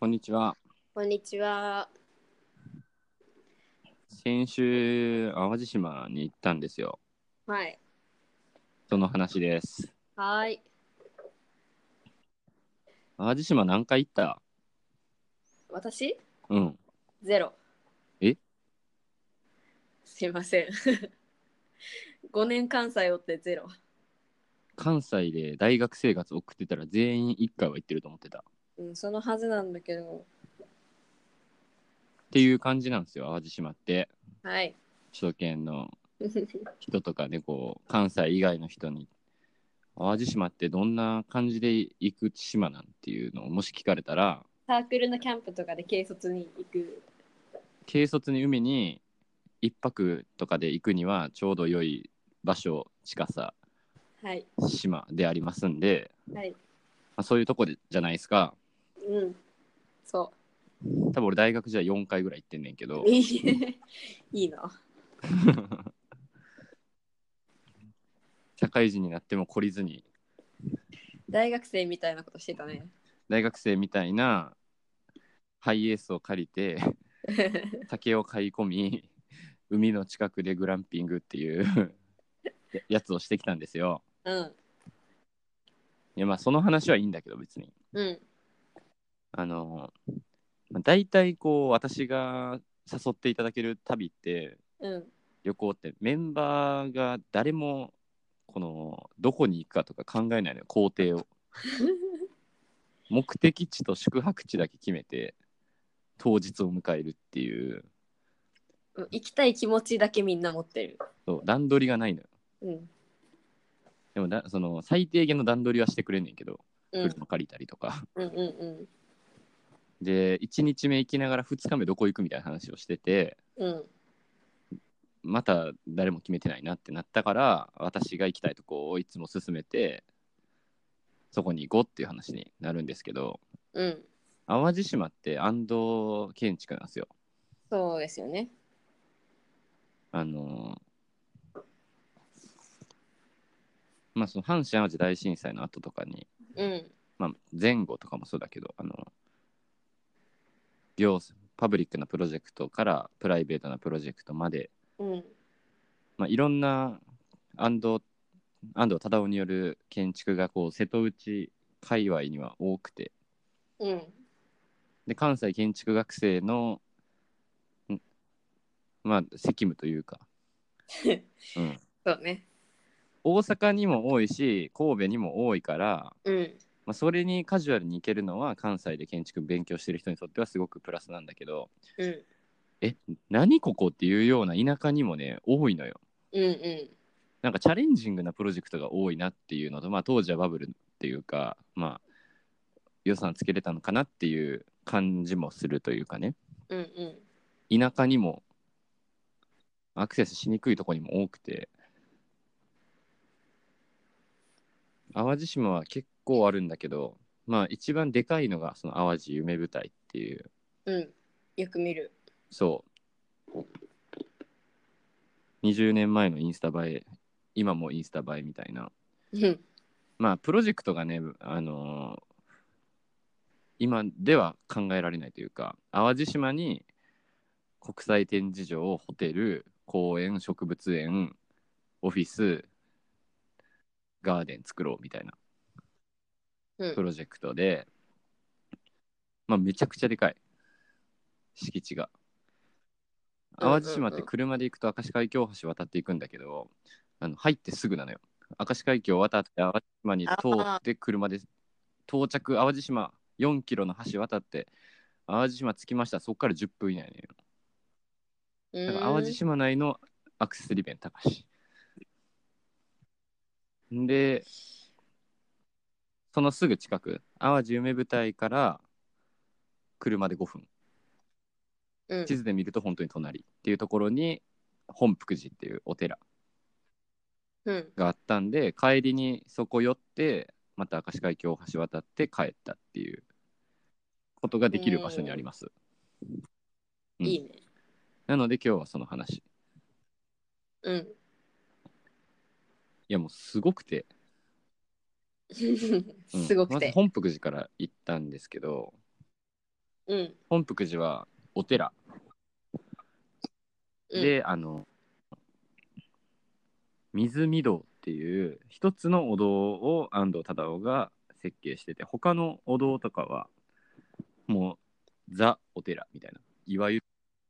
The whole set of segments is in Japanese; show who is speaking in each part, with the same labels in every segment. Speaker 1: こんにちは。
Speaker 2: こんにちは。
Speaker 1: 先週、淡路島に行ったんですよ。
Speaker 2: はい。
Speaker 1: その話です。
Speaker 2: はーい。
Speaker 1: 淡路島何回行った
Speaker 2: 私
Speaker 1: うん。
Speaker 2: ゼロ。
Speaker 1: え
Speaker 2: すいません。5年関西おってゼロ。
Speaker 1: 関西で大学生活送ってたら全員1回は行ってると思ってた。っ
Speaker 2: うん、そのはずなんだけど。
Speaker 1: ていう感じなんですよ、淡路島って。
Speaker 2: はい。
Speaker 1: 首都圏の人とかね、こう、関西以外の人に。淡路島ってどんな感じで行く島なんていうのをもし聞かれたら、
Speaker 2: サークルのキャンプとかで軽率に行く。
Speaker 1: 軽率に海に1泊とかで行くにはちょうど良い場所、近さ、
Speaker 2: はい。
Speaker 1: 島でありますんで、
Speaker 2: はい。
Speaker 1: まあ、そういうとこでじゃないですか
Speaker 2: うん。そ
Speaker 1: 多分俺大学時代4回ぐらい行ってんねんけど
Speaker 2: う。い いいいな。
Speaker 1: 社会人になっても懲りずに
Speaker 2: 大学生みたいなことしてたね。
Speaker 1: 大学生みたいなハイエースを借り て竹を買い込み海の近くでグランピングっていうや やつをしてきたんですよ
Speaker 2: うん。
Speaker 1: いやまあその話はいいんだけど別に
Speaker 2: うん。
Speaker 1: あの、まあ、大体こう私が誘っていただける旅って
Speaker 2: うん。
Speaker 1: 旅行ってメンバーが誰もこのどこに行くかとか考えないのよ工程を目的地と宿泊地だけ決めて当日を迎えるっていう
Speaker 2: うん行きたい気持ちだけみんな持ってる。
Speaker 1: そう段取りがないのよ
Speaker 2: うん。
Speaker 1: でもだその最低限の段取りはしてくれんねんけど
Speaker 2: うん。
Speaker 1: 車借りたりとか、
Speaker 2: うんうんうん。
Speaker 1: で1日目行きながら2日目どこ行くみたいな話をしてて
Speaker 2: うん。
Speaker 1: また誰も決めてないなってなったから私が行きたいとこをいつも勧めてそこに行こうっていう話になるんですけど
Speaker 2: うん。
Speaker 1: 淡路島って安藤建築なんですよ。
Speaker 2: そうですよね。
Speaker 1: あのーまあその阪神・淡路大震災の後とかに、
Speaker 2: うん。
Speaker 1: まあ、前後とかもそうだけどあの行パブリックなプロジェクトからプライベートなプロジェクトまで、
Speaker 2: うん。
Speaker 1: まあ、いろんな安藤安藤忠雄による建築がこう瀬戸内界隈には多くて
Speaker 2: うん。
Speaker 1: で関西建築学生のんまあ責務というか、うん、
Speaker 2: そうね。
Speaker 1: 大阪にも多いし神戸にも多いから、
Speaker 2: うん。
Speaker 1: まあ、それにカジュアルに行けるのは関西で建築勉強してる人にとってはすごくプラスなんだけど
Speaker 2: うん。
Speaker 1: 何ここっていうような田舎にもね多いのよ
Speaker 2: うんう
Speaker 1: なんかチャレンジングなプロジェクトが多いなっていうのと、まあ、当時はバブルっていうかまあ予算つけれたのかなっていう感じもするというかね
Speaker 2: ん。うんうん。
Speaker 1: 田舎にもアクセスしにくいとこにも多くて淡路島は結構あるんだけどまあ一番でかいのがその淡路夢舞台っていう
Speaker 2: うん。よく見る。
Speaker 1: そう20年前のインスタ映え今もインスタ映えみたいな
Speaker 2: うん。
Speaker 1: まあプロジェクトがねあのー今では考えられないというか淡路島に国際展示場ホテル公園植物園オフィスガーデン作ろうみたいな
Speaker 2: うん
Speaker 1: プロジェクトで、まあめちゃくちゃでかい敷地が
Speaker 2: うんうんうん
Speaker 1: 淡路島って車で行くと明石海峡橋渡っていくんだけどあの入ってすぐなのよ明石海峡渡って淡路島に通って車で到着淡路島4キロの橋渡って淡路島着きましたそこから10分以内ね
Speaker 2: う
Speaker 1: だ
Speaker 2: ん
Speaker 1: から淡路島内のアクセス利便高し。で、そのすぐ近く、淡路夢舞台から車で5分、
Speaker 2: うん
Speaker 1: 地図で見ると本当に隣っていうところに、本福寺っていうお寺
Speaker 2: うん。
Speaker 1: があったんで、帰りにそこ寄って、また明石海峡大橋渡って帰ったっていうことができる場所にあります。うん
Speaker 2: いいね。
Speaker 1: なので今日はその話。
Speaker 2: うん。
Speaker 1: いやもうすごくて、うん
Speaker 2: すごく
Speaker 1: まず
Speaker 2: て。
Speaker 1: 本福寺から行ったんですけど
Speaker 2: うん。
Speaker 1: 本福寺はお寺、
Speaker 2: うん
Speaker 1: であの水見堂っていう一つのお堂を安藤忠雄が設計してて他のお堂とかはもうザお寺みたいないわゆる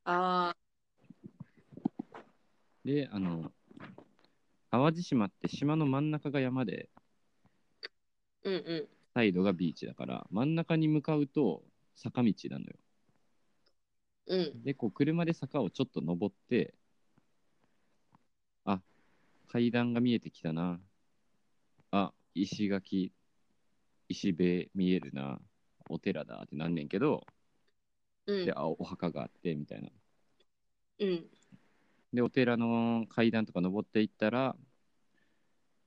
Speaker 2: ああ、
Speaker 1: であの淡路島って島の真ん中が山で
Speaker 2: うんうん。
Speaker 1: サイドがビーチだから真ん中に向かうと坂道なのよ
Speaker 2: うん。
Speaker 1: でこう車で坂をちょっと登ってあ階段が見えてきたなあ石垣石塀見えるなお寺だってなんねんけど
Speaker 2: う
Speaker 1: で
Speaker 2: ん。
Speaker 1: あお墓があってみたいな
Speaker 2: うん。
Speaker 1: でお寺の階段とか登っていったら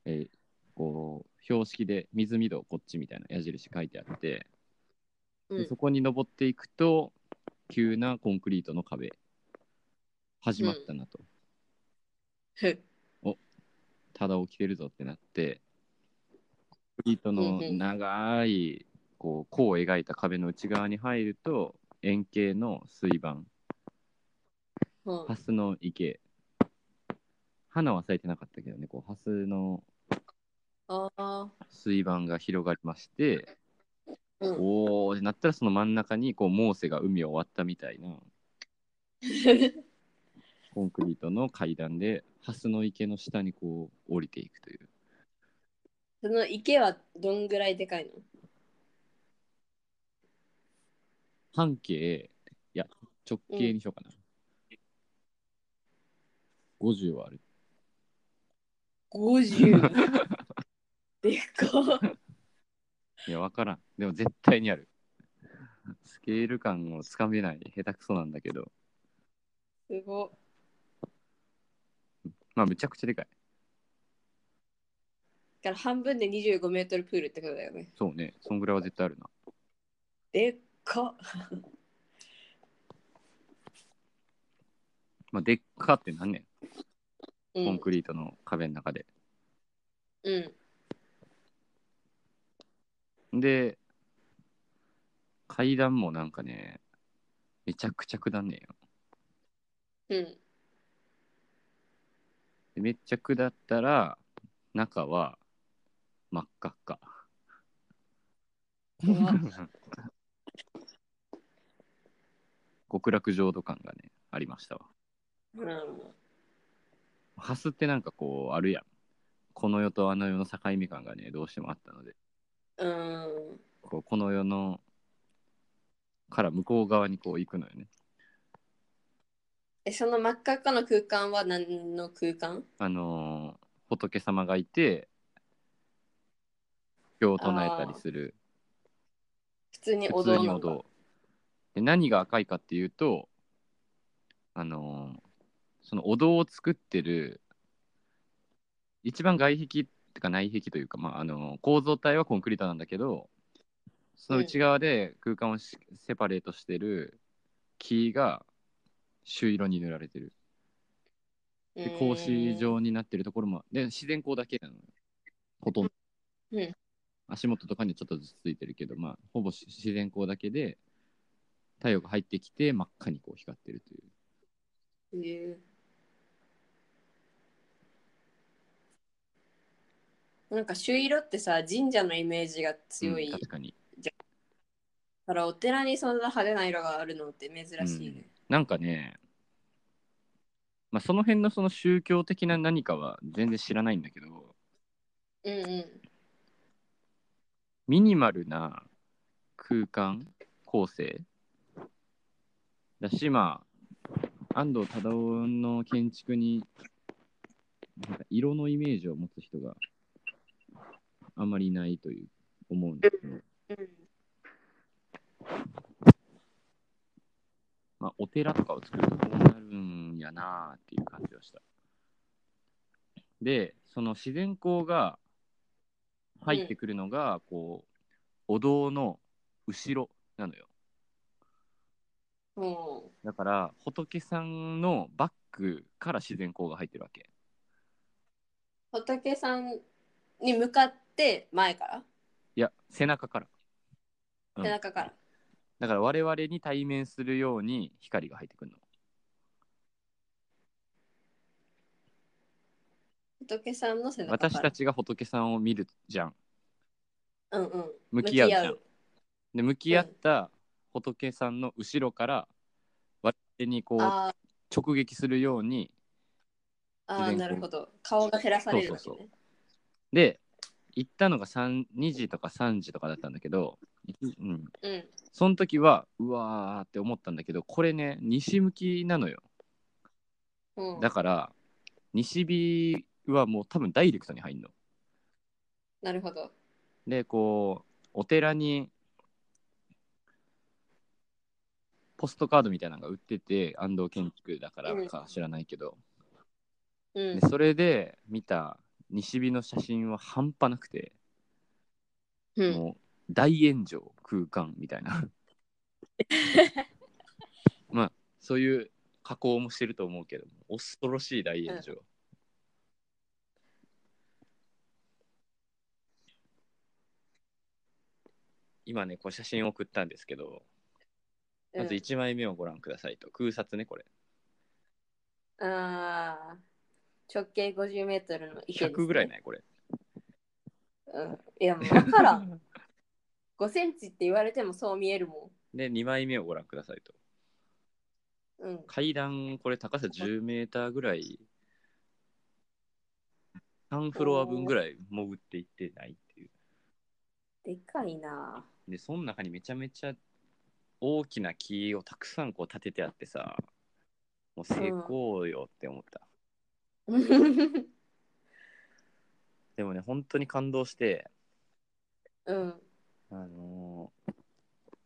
Speaker 1: えーこう標識で水見堂こっちみたいな矢印書いてあって
Speaker 2: う
Speaker 1: で
Speaker 2: ん
Speaker 1: そ。こに登っていくと急なコンクリートの壁始まったなと、
Speaker 2: ふん
Speaker 1: ただ起きてるぞってなってコンクリートの
Speaker 2: うんうん
Speaker 1: 長いこう弧を描いた壁の内側に入ると円形の水盤
Speaker 2: はあ
Speaker 1: ハスの池花は咲いてなかったけどねこうハスの
Speaker 2: ああ、
Speaker 1: 水盤が広がりまして
Speaker 2: うん。
Speaker 1: おおなったらその真ん中にこうモーセが海を割ったみたいなコンクリートの階段でハスの池の下にこう降りていくという
Speaker 2: その池はどんぐらいでかいの
Speaker 1: 半径いや直径にしようかな、50はある
Speaker 2: ?50。でかっ。
Speaker 1: いや分からんでも絶対にあるスケール感をつかめない下手くそなんだけど
Speaker 2: すごっ。
Speaker 1: まあむちゃくちゃでかい
Speaker 2: だから半分で25メートルプールってことだよね。
Speaker 1: そうねそんぐらいは絶対あるな
Speaker 2: でっかっ。
Speaker 1: まあでっかってなんね
Speaker 2: うん
Speaker 1: コン
Speaker 2: ん。
Speaker 1: クリートの壁の中で
Speaker 2: うん。
Speaker 1: で階段もなんかねめちゃくちゃ下んねんよ
Speaker 2: うん。
Speaker 1: でめっちゃ下ったら中は真っ赤っか
Speaker 2: 怖っ
Speaker 1: 極楽浄土感がねありましたわ
Speaker 2: うん
Speaker 1: ハスってなんかこうあるやんこの世とあの世の境目感がねどうしてもあったので
Speaker 2: うん。
Speaker 1: こうこの世のから向こう側にこう行くのよね
Speaker 2: え、その真っ赤っかの空間は何の空間
Speaker 1: あのー仏様がいて経を唱えたりする
Speaker 2: 普通にお
Speaker 1: 普通
Speaker 2: 堂
Speaker 1: に
Speaker 2: な
Speaker 1: お
Speaker 2: んだ。
Speaker 1: 堂で何が赤いかっていうとあのーそのお堂を作ってる一番外壁ってか内壁というか、まああのー構造体はコンクリートなんだけどその内側で空間をしセパレートしてる木が朱色に塗られてるで
Speaker 2: うん
Speaker 1: 格子。状になってるところもで自然光だけなのよほとんど、
Speaker 2: うん
Speaker 1: 足元とかにちょっとずつついてるけどまあほぼし自然光だけで太陽が入ってきて真っ赤にこう光ってるという
Speaker 2: へえなんか朱色ってさ神社のイメージが強い
Speaker 1: うん確かに
Speaker 2: からお寺にそんな派手な色があるのって珍しいね。
Speaker 1: なんかねまあその辺のその宗教的な何かは全然知らないんだけど
Speaker 2: うん
Speaker 1: ミニマルな空間構成だしまあ安藤忠雄の建築になんか色のイメージを持つ人があまりいないという思うんですけど、
Speaker 2: うん。うん
Speaker 1: まあ、お寺とかを作るとこうなるんやなあっていう感じをしたでその自然光が入ってくるのが、こうお堂の後ろなのよ
Speaker 2: も
Speaker 1: だから仏さんのバッグから自然光が入ってるわけ
Speaker 2: う仏さんに向かって前から
Speaker 1: いや背中からうん
Speaker 2: 背中から。
Speaker 1: だから我々に対面するように光が入ってくるの。
Speaker 2: 仏さんの背中から
Speaker 1: 私たちが仏さんを見るじゃん。
Speaker 2: うんうん、
Speaker 1: 向き合うじゃん
Speaker 2: 向き
Speaker 1: で向き合った仏さんの後ろから我々にこう
Speaker 2: あ
Speaker 1: 直撃するように
Speaker 2: あー
Speaker 1: 自然光
Speaker 2: なるほど顔が照らされるわけ
Speaker 1: そうそ
Speaker 2: ね
Speaker 1: で行ったのが3 2時とか3時とかだったんだけど、うん、
Speaker 2: うん
Speaker 1: その時はうわーって思ったんだけどこれね西向きなのよ
Speaker 2: うん
Speaker 1: だから西日はもう多分ダイレクトに入んの。
Speaker 2: なるほど
Speaker 1: でこうお寺にポストカードみたいなのが売ってて安藤建築だからか知らないけど、
Speaker 2: うん
Speaker 1: でそれで見た西日の写真は半端なくて、
Speaker 2: うん
Speaker 1: もう大炎上空間みたい なまあそういう加工もしてると思うけど恐ろしい大炎上、今ねこう写真送ったんですけどまず1枚目をご覧くださいと、空撮ねこれ
Speaker 2: うんあー直径50メートルの池ですね
Speaker 1: 100ぐらいないこれ
Speaker 2: うんいやもう分からん 5センチって言われてもそう見えるも
Speaker 1: で2枚目をご覧くださいと
Speaker 2: んうん
Speaker 1: 階段これ高さ10メーターぐらい3フロア分ぐらい潜っていってないっていう
Speaker 2: でかいな
Speaker 1: でその中にめちゃめちゃ大きな木をたくさんこう立ててあってさもう成功よって思った、
Speaker 2: ぁ
Speaker 1: でもね本当に感動して
Speaker 2: うん
Speaker 1: あのー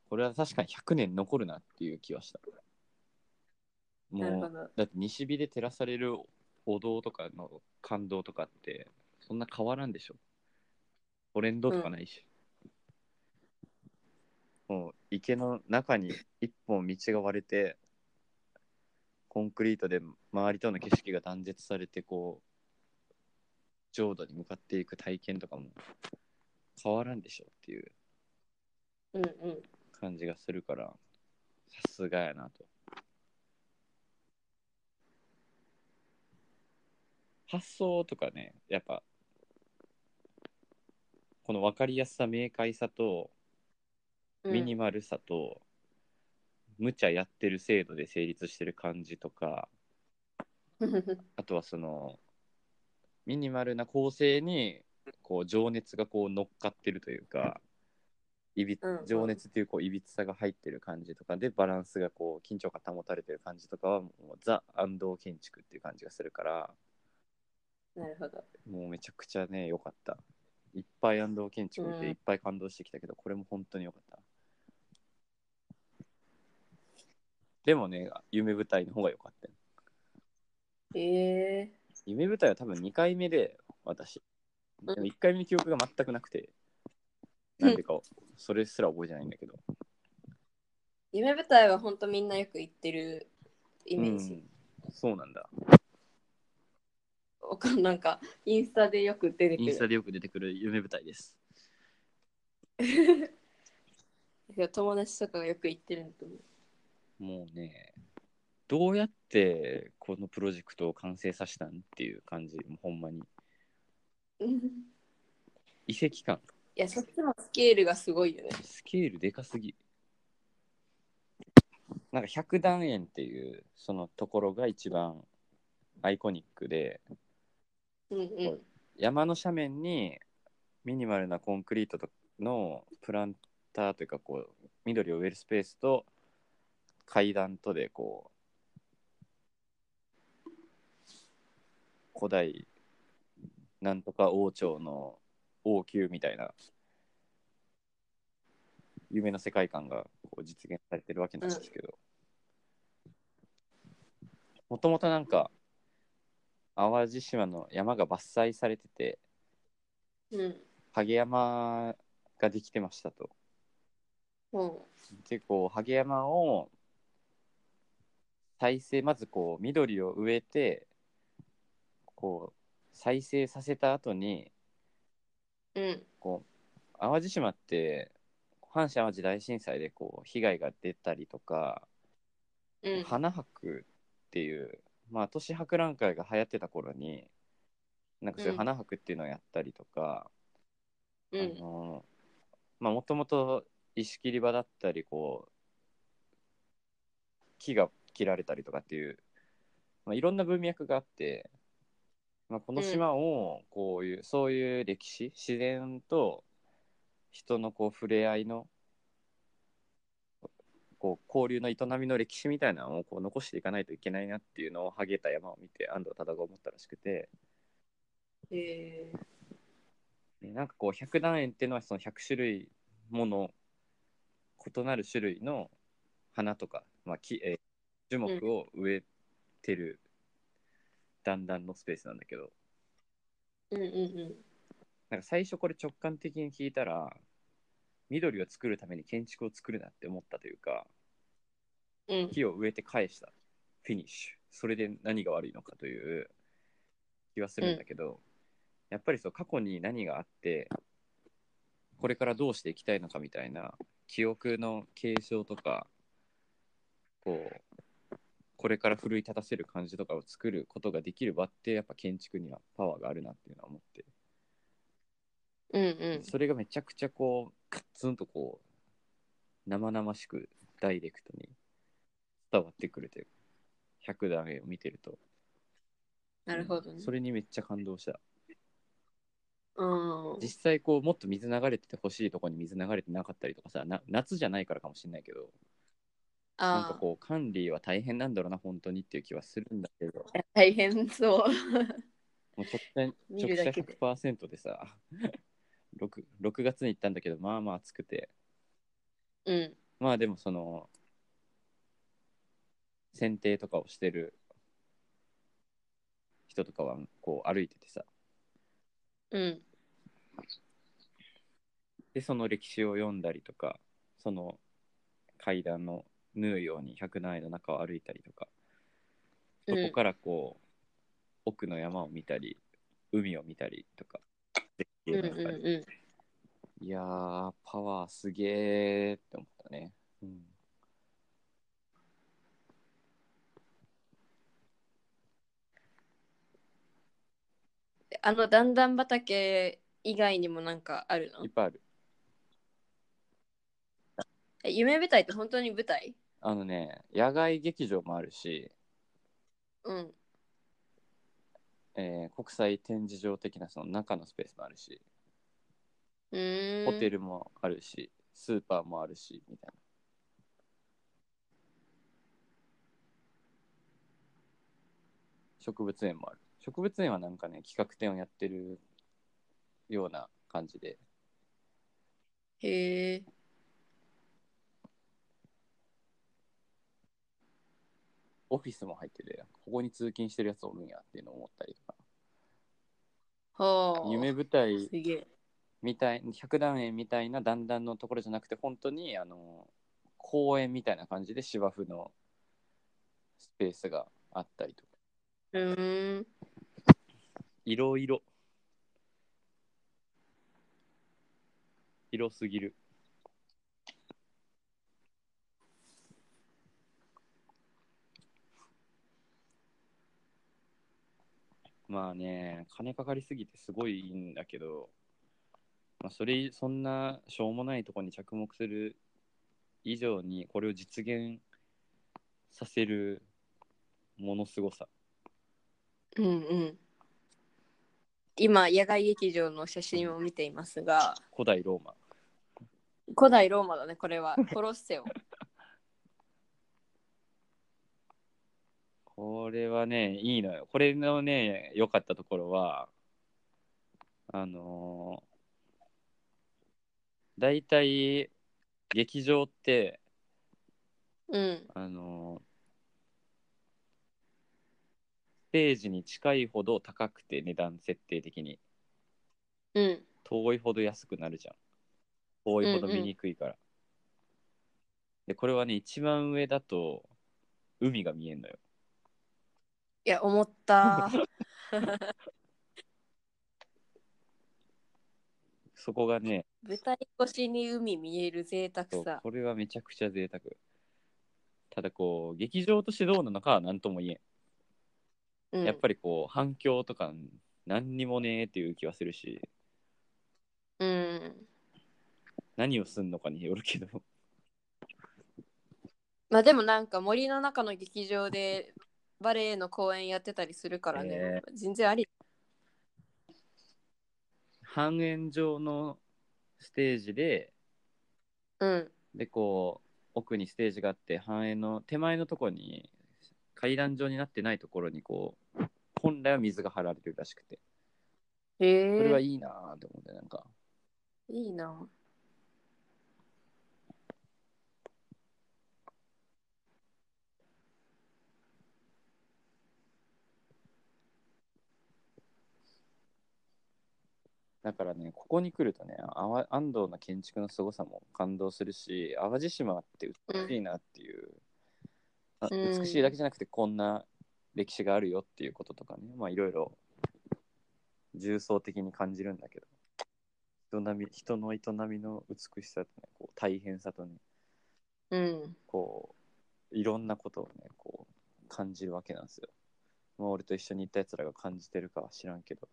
Speaker 1: これは確かに100年残るなっていう気はした
Speaker 2: なるほ
Speaker 1: もう
Speaker 2: ど
Speaker 1: だって西日で照らされるお堂とかの感動とかってそんな変わらんでしょトレンドとかないし、もう池の中に一本道が割れてコンクリートで周りとの景色が断絶されてこう浄土に向かっていく体験とかも変わらんでしょっていう
Speaker 2: うんうん
Speaker 1: 感じがするからさすがやなと発想とかねやっぱこの分かりやすさ明快さと
Speaker 2: うん
Speaker 1: ミ ニマルさと、無茶やってる制度で成立してる感じとかあとはそのミニマルな構成にこう情熱がこう乗っかってるというかいび
Speaker 2: うんうん
Speaker 1: 情熱っていうこういびつさが入ってる感じとかでバランスがこう緊張感保たれてる感じとかはもうザ安藤建築っていう感じがするから
Speaker 2: なるほど
Speaker 1: もうめちゃくちゃね良かったいっぱい安藤建築見て
Speaker 2: うん
Speaker 1: いっぱい感動してきたけど、これも本当に良かったでもね夢舞台の方が良かったよ
Speaker 2: ええ
Speaker 1: 夢舞台は多分2回目で私
Speaker 2: うん
Speaker 1: でも1回目の記憶が全くなくてなんでかそれすら覚えてないんだけど、
Speaker 2: 夢舞台は本当みんなよく行ってるイメージ、
Speaker 1: うんそうなんだ
Speaker 2: わかん なんかインスタでよく出てく
Speaker 1: インスタ
Speaker 2: る
Speaker 1: でよく出てくる夢舞台です
Speaker 2: いや友達とかがよく行ってる と思う
Speaker 1: もうねどうやってこのプロジェクトを完成させたんっていう感じもうほんまに
Speaker 2: うん
Speaker 1: 遺跡感
Speaker 2: いやそっちのスケールがすごいよね
Speaker 1: スケールでかすぎなんか百段園っていうそのところが一番アイコニックで
Speaker 2: うんうん
Speaker 1: 山の斜面にミニマルなコンクリートとのプランターというかこう緑を植えるスペースと階段とでこう古代なんとか王朝の王宮みたいな夢の世界観がこう実現されてるわけなんですけどもともとなんか淡路島の山が伐採されてて
Speaker 2: うん
Speaker 1: ハゲ山ができてましたと。
Speaker 2: も
Speaker 1: でこうハゲ山を再生まずこう緑を植えてこう再生させた後に
Speaker 2: ううん
Speaker 1: こう淡路島って阪神・淡路大震災でこう被害が出たりとか、
Speaker 2: うん。
Speaker 1: 花博っていう、まあ、都市博覧会が流行ってた頃になんかそういう
Speaker 2: うん
Speaker 1: 花博っていうのをやったりとか、
Speaker 2: う
Speaker 1: あ
Speaker 2: ん。
Speaker 1: のまあもともと石切り場だったりこう木が切られたりとかっていう、まあ、いろんな文脈があって、まあ、この島をこういう、そういう歴史自然と人のこう触れ合いのこう交流の営みの歴史みたいなのをこう残していかないといけないなっていうのをハゲた山を見て安藤忠が思ったらしくて。
Speaker 2: えー
Speaker 1: ねなんかこう百段園っていうのはその100種類もの異なる種類の花とか、まあ木えー樹木を植えてる段々のスペースなんだけど、
Speaker 2: うんうんうん。
Speaker 1: なんか最初これ直感的に聞いたら緑を作るために建築を作るなって思ったというか
Speaker 2: うん、
Speaker 1: 木を植えて返したフィニッシュそれで何が悪いのかという気はするんだけど、やっぱりそう過去に何があってこれからどうしていきたいのかみたいな記憶の継承とかこうこれから奮い立たせる感じとかを作ることができる場ってやっぱ建築にはパワーがあるなっていうのは思って
Speaker 2: うんうん
Speaker 1: それがめちゃくちゃこうカッツンとこう生々しくダイレクトに伝わってくるというか100段目を見てると
Speaker 2: なるほどね
Speaker 1: それにめっちゃ感動した
Speaker 2: うん
Speaker 1: 実際こうもっと水流れててほしいとこに水流れてなかったりとかさな夏じゃないからかもしれないけどなんか
Speaker 2: あー
Speaker 1: こう管理は大変なんだろうな本当にっていう気はするんだけど
Speaker 2: 大変そう
Speaker 1: もう直線
Speaker 2: 見
Speaker 1: 直
Speaker 2: るだ
Speaker 1: 射
Speaker 2: けで
Speaker 1: 100%でさ 6, 6月に行ったんだけどまあまあ暑くて
Speaker 2: うん
Speaker 1: まあでもその剪定とかをしてる人とかはこう歩いててさ
Speaker 2: うん
Speaker 1: でその歴史を読んだりとかその階段の縫うように百内の中を歩いたりとかそこからこう、奥の山を見たり海を見たりとか絶
Speaker 2: う
Speaker 1: 景
Speaker 2: ん
Speaker 1: の
Speaker 2: うん
Speaker 1: 中で
Speaker 2: う
Speaker 1: いやーパワーすげーって思ったね、うん、
Speaker 2: んあの段々畑以外にもなんかあるの
Speaker 1: いっぱいある
Speaker 2: え夢舞台って本当に舞台
Speaker 1: あのね野外劇場もあるし
Speaker 2: うん
Speaker 1: えー国際展示場的なその中のスペースもあるし、
Speaker 2: うーん
Speaker 1: ホテルもあるしスーパーもあるしみたいな植物園もある植物園はなんかね企画展をやってるような感じで
Speaker 2: へえ
Speaker 1: オフィスも入っててここに通勤してるやつおるんやっていうのを思ったりとか
Speaker 2: はあ
Speaker 1: 夢舞台
Speaker 2: すげえ
Speaker 1: みたい百段園みたいな段々のところじゃなくて本当にあの公園みたいな感じで芝生のスペースがあったりとか
Speaker 2: うーん
Speaker 1: いろいろ広すぎるまあね金かかりすぎてすごいいいんだけど、まあ、それそんなしょうもないとこに着目する以上にこれを実現させるものすごさ
Speaker 2: うんうん今野外劇場の写真を見ていますが
Speaker 1: 古代ローマ
Speaker 2: 古代ローマだねこれ はコロッセオ
Speaker 1: これはね、いいのよ。これのね、良かったところは、あのー、大体、劇場って、
Speaker 2: うん
Speaker 1: あのー、ステージに近いほど高くて、値段設定的に。
Speaker 2: うん
Speaker 1: 遠いほど安くなるじゃん。遠いほど
Speaker 2: うんうん
Speaker 1: 見にくいから。で、これはね、一番上だと、海が見えんのよ。
Speaker 2: いや思った
Speaker 1: そそこがね
Speaker 2: 舞台越しに海見える贅
Speaker 1: そ
Speaker 2: 沢
Speaker 1: う
Speaker 2: さ。
Speaker 1: これはめちゃくちゃ贅沢ただこう劇場としてどうなのかは何とも言え、
Speaker 2: うんん、
Speaker 1: やっぱりこう反響とか何にもねえっていう気はするし
Speaker 2: うん。
Speaker 1: 何をすんのかによるけど
Speaker 2: まあでもなんか森の中の劇場でバレエの公演やってたりするからね
Speaker 1: ね。
Speaker 2: 全然あり。
Speaker 1: 半円状のステージで
Speaker 2: うん。
Speaker 1: でこう奥にステージがあって半円の手前のとこに階段状になってないところにこう本来は水が張られてるらしくて
Speaker 2: へ
Speaker 1: それは
Speaker 2: え。
Speaker 1: いいなぁと思ってなんか
Speaker 2: いいな。
Speaker 1: だからねここに来るとねあわ安藤の建築の凄さも感動するし淡路島って美しいなっていう、あ
Speaker 2: うん
Speaker 1: 美しいだけじゃなくてこんな歴史があるよっていうこととかねまあいろいろ重層的に感じるんだけど人並み人の営みの美しさとねこう大変さとね
Speaker 2: うん。
Speaker 1: こういろんなことをねこう感じるわけなんですよ。まあ俺と一緒に行ったやつらが感じてるかは知らんけど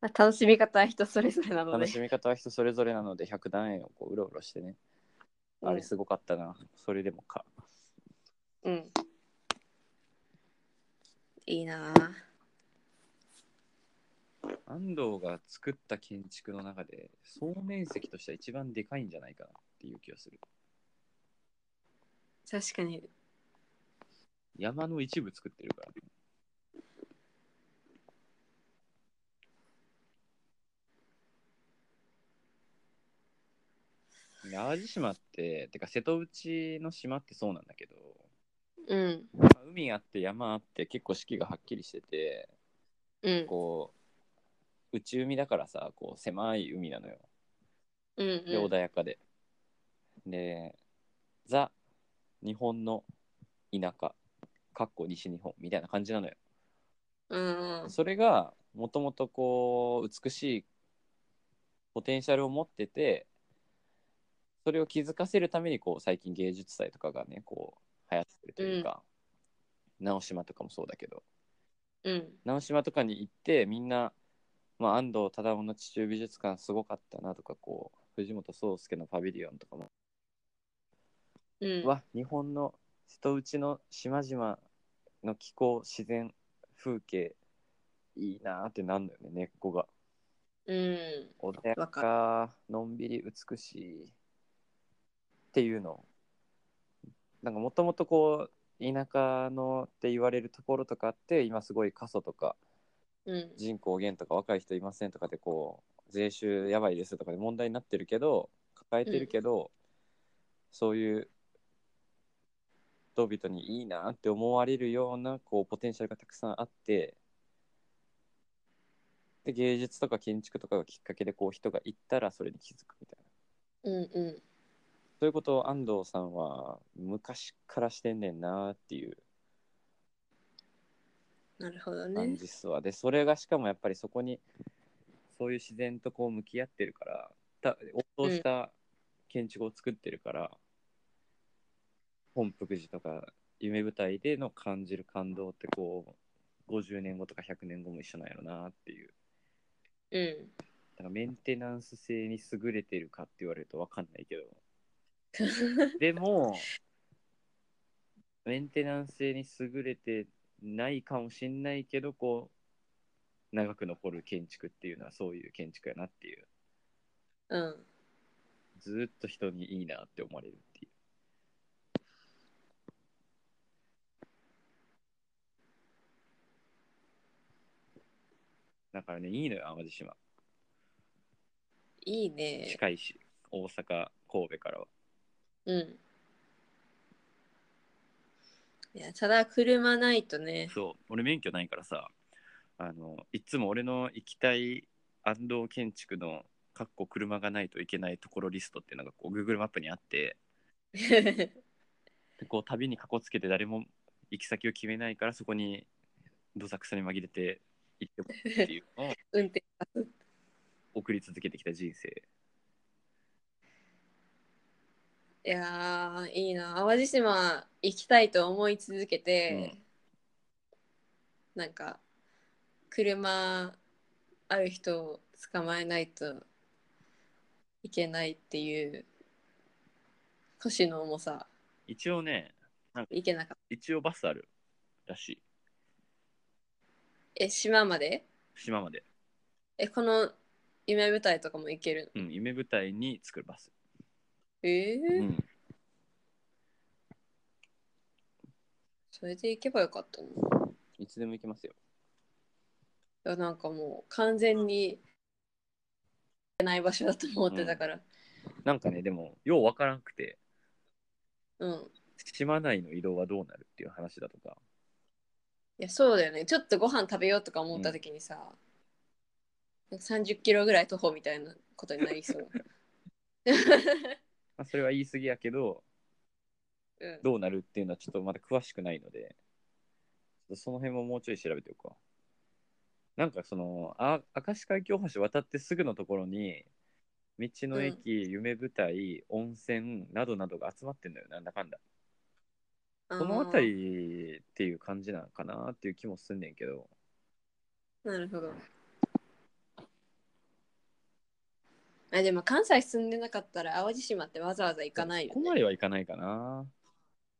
Speaker 2: まあ楽しみ方は人それぞれなの
Speaker 1: 楽
Speaker 2: で。
Speaker 1: しみ方は人それぞれなので100段円をこううろうろしてねあれすごかったな、それでもか。
Speaker 2: うん。うんいいな。
Speaker 1: 安藤が作った建築の中で総面積としては一番でかいんじゃないかなっていう気がする。
Speaker 2: 確かに。
Speaker 1: 山の一部作ってるから、ね、で淡路島って、てか瀬戸内の島ってそうなんだけど、
Speaker 2: うん。
Speaker 1: まあ海あって山あって結構四季がはっきりしてて、
Speaker 2: うん。
Speaker 1: こう、内海だからさ、こう狭い海なのよ。
Speaker 2: うん、
Speaker 1: で
Speaker 2: うん
Speaker 1: 穏。やかで、でザ日本の田舎かっこ西日本みたいな感じなのよ
Speaker 2: うん。
Speaker 1: それがもともとこう美しいポテンシャルを持っててそれを気づかせるためにこう最近芸術祭とかがねこう流行ってるというか、直島とかもそうだけど
Speaker 2: うん。
Speaker 1: 直島とかに行ってみんな、まあ、安藤忠雄の地中美術館すごかったなとかこう藤本壮介のパビリオンとかも
Speaker 2: うん。
Speaker 1: うわ日本の瀬戸内の島々の気候自然風景いいなーってなんだよね根っこが
Speaker 2: うん。
Speaker 1: 穏や
Speaker 2: わ
Speaker 1: かのんびり美しいっていうのなんかもともとこう田舎のって言われるところとかあって今すごい過疎とか
Speaker 2: うん。
Speaker 1: 人口減とか若い人いませんとかでこう税収やばいですとかで問題になってるけど抱えてるけど、そういう人々にいいなって思われるようなこうポテンシャルがたくさんあってで芸術とか建築とかがきっかけでこう人が行ったらそれに気づくみたいな
Speaker 2: うん。うん。
Speaker 1: そういうことを安藤さんは昔からしてんねんなっていう
Speaker 2: なるほどね。
Speaker 1: 感じっすわ、でそれがしかもやっぱりそこにそういう自然とこう向き合ってるからた応答した建築を作ってるから、本福寺とか夢舞台での感じる感動ってこう50年後とか100年後も一緒なんやろなっていう
Speaker 2: うん。
Speaker 1: だからメンテナンス性に優れてるかって言われると分かんないけどでもメンテナンス性に優れてないかもしんないけどこう長く残る建築っていうのはそういう建築やなっていう
Speaker 2: うん。
Speaker 1: ずーっと人にいいなって思われるっていうだからねいいのよ淡路島
Speaker 2: いいね。
Speaker 1: 近いし大阪神戸からは。
Speaker 2: うん。いや、ただ車ないとね。
Speaker 1: そう俺免許ないからさあのいつも俺の行きたい安藤建築のかっこ車がないといけないところリストっていうのがこう Google マップにあってでこう旅にかこつけて誰も行き先を決めないからそこにどさくさに紛れて行ってもらうっていうのを
Speaker 2: 運転
Speaker 1: 送り続けてきた人生。
Speaker 2: いやーいいな淡路島行きたいと思い続けて、なんか車ある人を捕まえないといけないっていう腰の重さ
Speaker 1: 一応ね、
Speaker 2: 行けなかった
Speaker 1: 一応バスあるらしい。
Speaker 2: え島まで
Speaker 1: 島まで。
Speaker 2: えこの夢舞台とかも行ける
Speaker 1: うん、夢舞台に作るバス。
Speaker 2: のえ
Speaker 1: う
Speaker 2: ー
Speaker 1: ん。
Speaker 2: それで行けばよかったの
Speaker 1: いつでも行けますよ。
Speaker 2: いやなんかもう完全に行けない場所だと思ってたから
Speaker 1: なんかね、でも、ようわからんくて、
Speaker 2: うん
Speaker 1: 島内の移動はどうなるっていう話だとか、
Speaker 2: いやそうだよねちょっとご飯食べようとか思った時にさ、なん、30キロぐらい徒歩みたいなことにな りそう、
Speaker 1: まあ、それは言い過ぎやけど、
Speaker 2: うん、
Speaker 1: どうなるっていうのはちょっとまだ詳しくないので、ちょっとその辺ももうちょい調べておくわ。なんかその、あ明石海峡橋渡ってすぐのところに、道の駅、夢舞台、温泉などなどが集まってんだよ、なんだかんだ。この辺りっていう感じなのかなっていう気もすんねんけど、
Speaker 2: あーなるほどあでも関西住んでなかったら淡路島ってわざわざ行かないよ
Speaker 1: ここ
Speaker 2: ね
Speaker 1: まではいかないかな。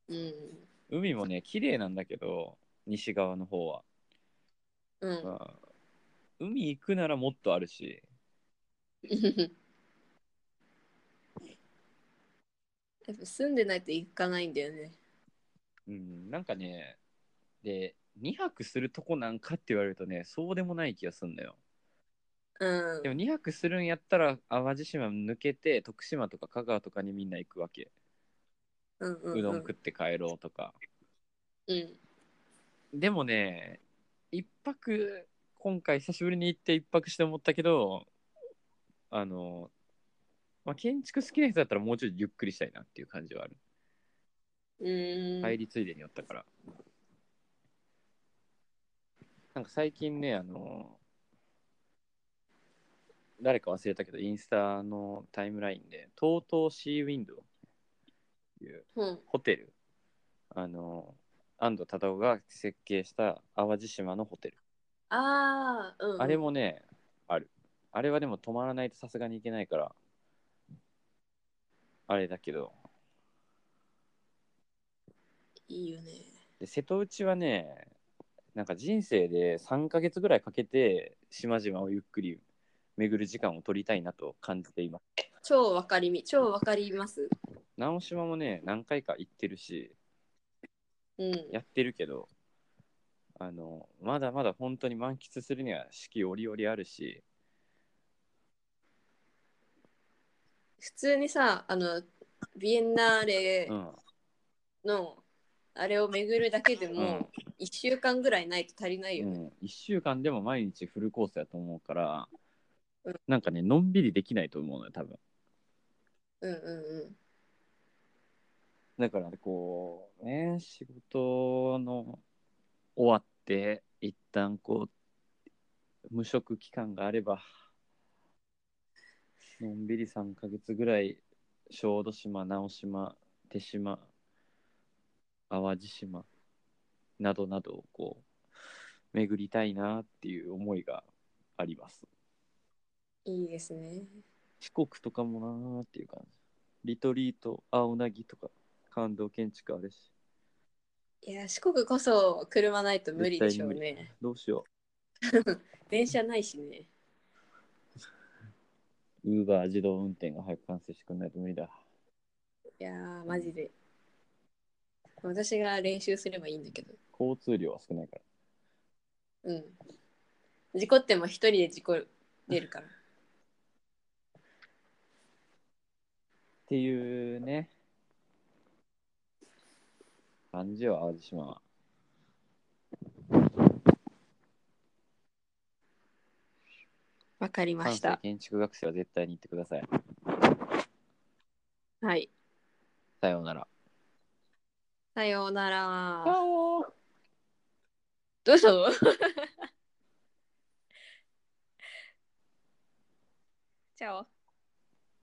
Speaker 2: うん
Speaker 1: 海もね、綺麗なんだけど、西側の方は。
Speaker 2: うん
Speaker 1: まあ、海行くならもっとあるし、
Speaker 2: やっぱ住んでないと行かないんだよね
Speaker 1: うん、なんかね、で、2泊するとこなんかって言われるとね、そうでもない気がすんだよ。
Speaker 2: うん
Speaker 1: でも2泊するんやったら、淡路島抜けて、徳島とか香川とかにみんな行くわけ。
Speaker 2: うんうん
Speaker 1: う
Speaker 2: う
Speaker 1: どん
Speaker 2: ん
Speaker 1: 食って帰ろうとか。
Speaker 2: うん
Speaker 1: でもね、1泊、今回久しぶりに行って1泊して思ったけど、あの、まあ、建築好きな人だったらもうちょいゆっくりしたいなっていう感じはある。
Speaker 2: うん
Speaker 1: 入りついでに寄ったから。なんか最近ね、あの、誰か忘れたけど、インスタのタイムラインで、TOTO シーウィンドウっていう
Speaker 2: うん
Speaker 1: ホテル、あの、安藤忠雄が設計した淡路島のホテル。
Speaker 2: ああうん
Speaker 1: あれもね、ある。あれはでも泊まらないとさすがに行けないから、あれだけど、
Speaker 2: いいよね
Speaker 1: で瀬戸内はねなんか人生で3ヶ月ぐらいかけて島々をゆっくり巡る時間を取りたいなと感じています
Speaker 2: 超わかりみ超わかります
Speaker 1: 直島もね何回か行ってるし
Speaker 2: うん
Speaker 1: やってるけどあのまだまだ本当に満喫するには四季折々あるし
Speaker 2: 普通にさあのビエンナーレ
Speaker 1: うん
Speaker 2: のあれを巡るだけで
Speaker 1: う
Speaker 2: も
Speaker 1: ん、
Speaker 2: 1週間ぐらいないと足りないうよね、
Speaker 1: ん、1週間でも毎日フルコースやと思うから
Speaker 2: うん
Speaker 1: なんかねのんびりできないと思うのよ多分
Speaker 2: うん、うんうん
Speaker 1: だからこうね仕事の終わって一旦こう無職期間があればのんびり3ヶ月ぐらい小豆島直島手島淡路島などなどをこう巡りたいなっていう思いがあります
Speaker 2: いいですね
Speaker 1: 四国とかもなーっていう感じリトリート青凪とか感動建築あるし
Speaker 2: いや四国こそ車ないと無理でしょう
Speaker 1: 絶
Speaker 2: ね
Speaker 1: どうしよう
Speaker 2: 電車ないしね
Speaker 1: ウーバー自動運転が早く完成してくんないと無理だ。
Speaker 2: いやーマジで私が練習すればいいんだけど
Speaker 1: 交通量は少ないから。
Speaker 2: うん事故っても一人で事故出るから
Speaker 1: っていうね。感じよ、淡路島は。
Speaker 2: わかりま
Speaker 1: 関
Speaker 2: し
Speaker 1: 西
Speaker 2: た
Speaker 1: 建築学生は絶対に行ってください。
Speaker 2: はい
Speaker 1: さようなら。
Speaker 2: さようなら
Speaker 1: オ
Speaker 2: どうしたのチャオ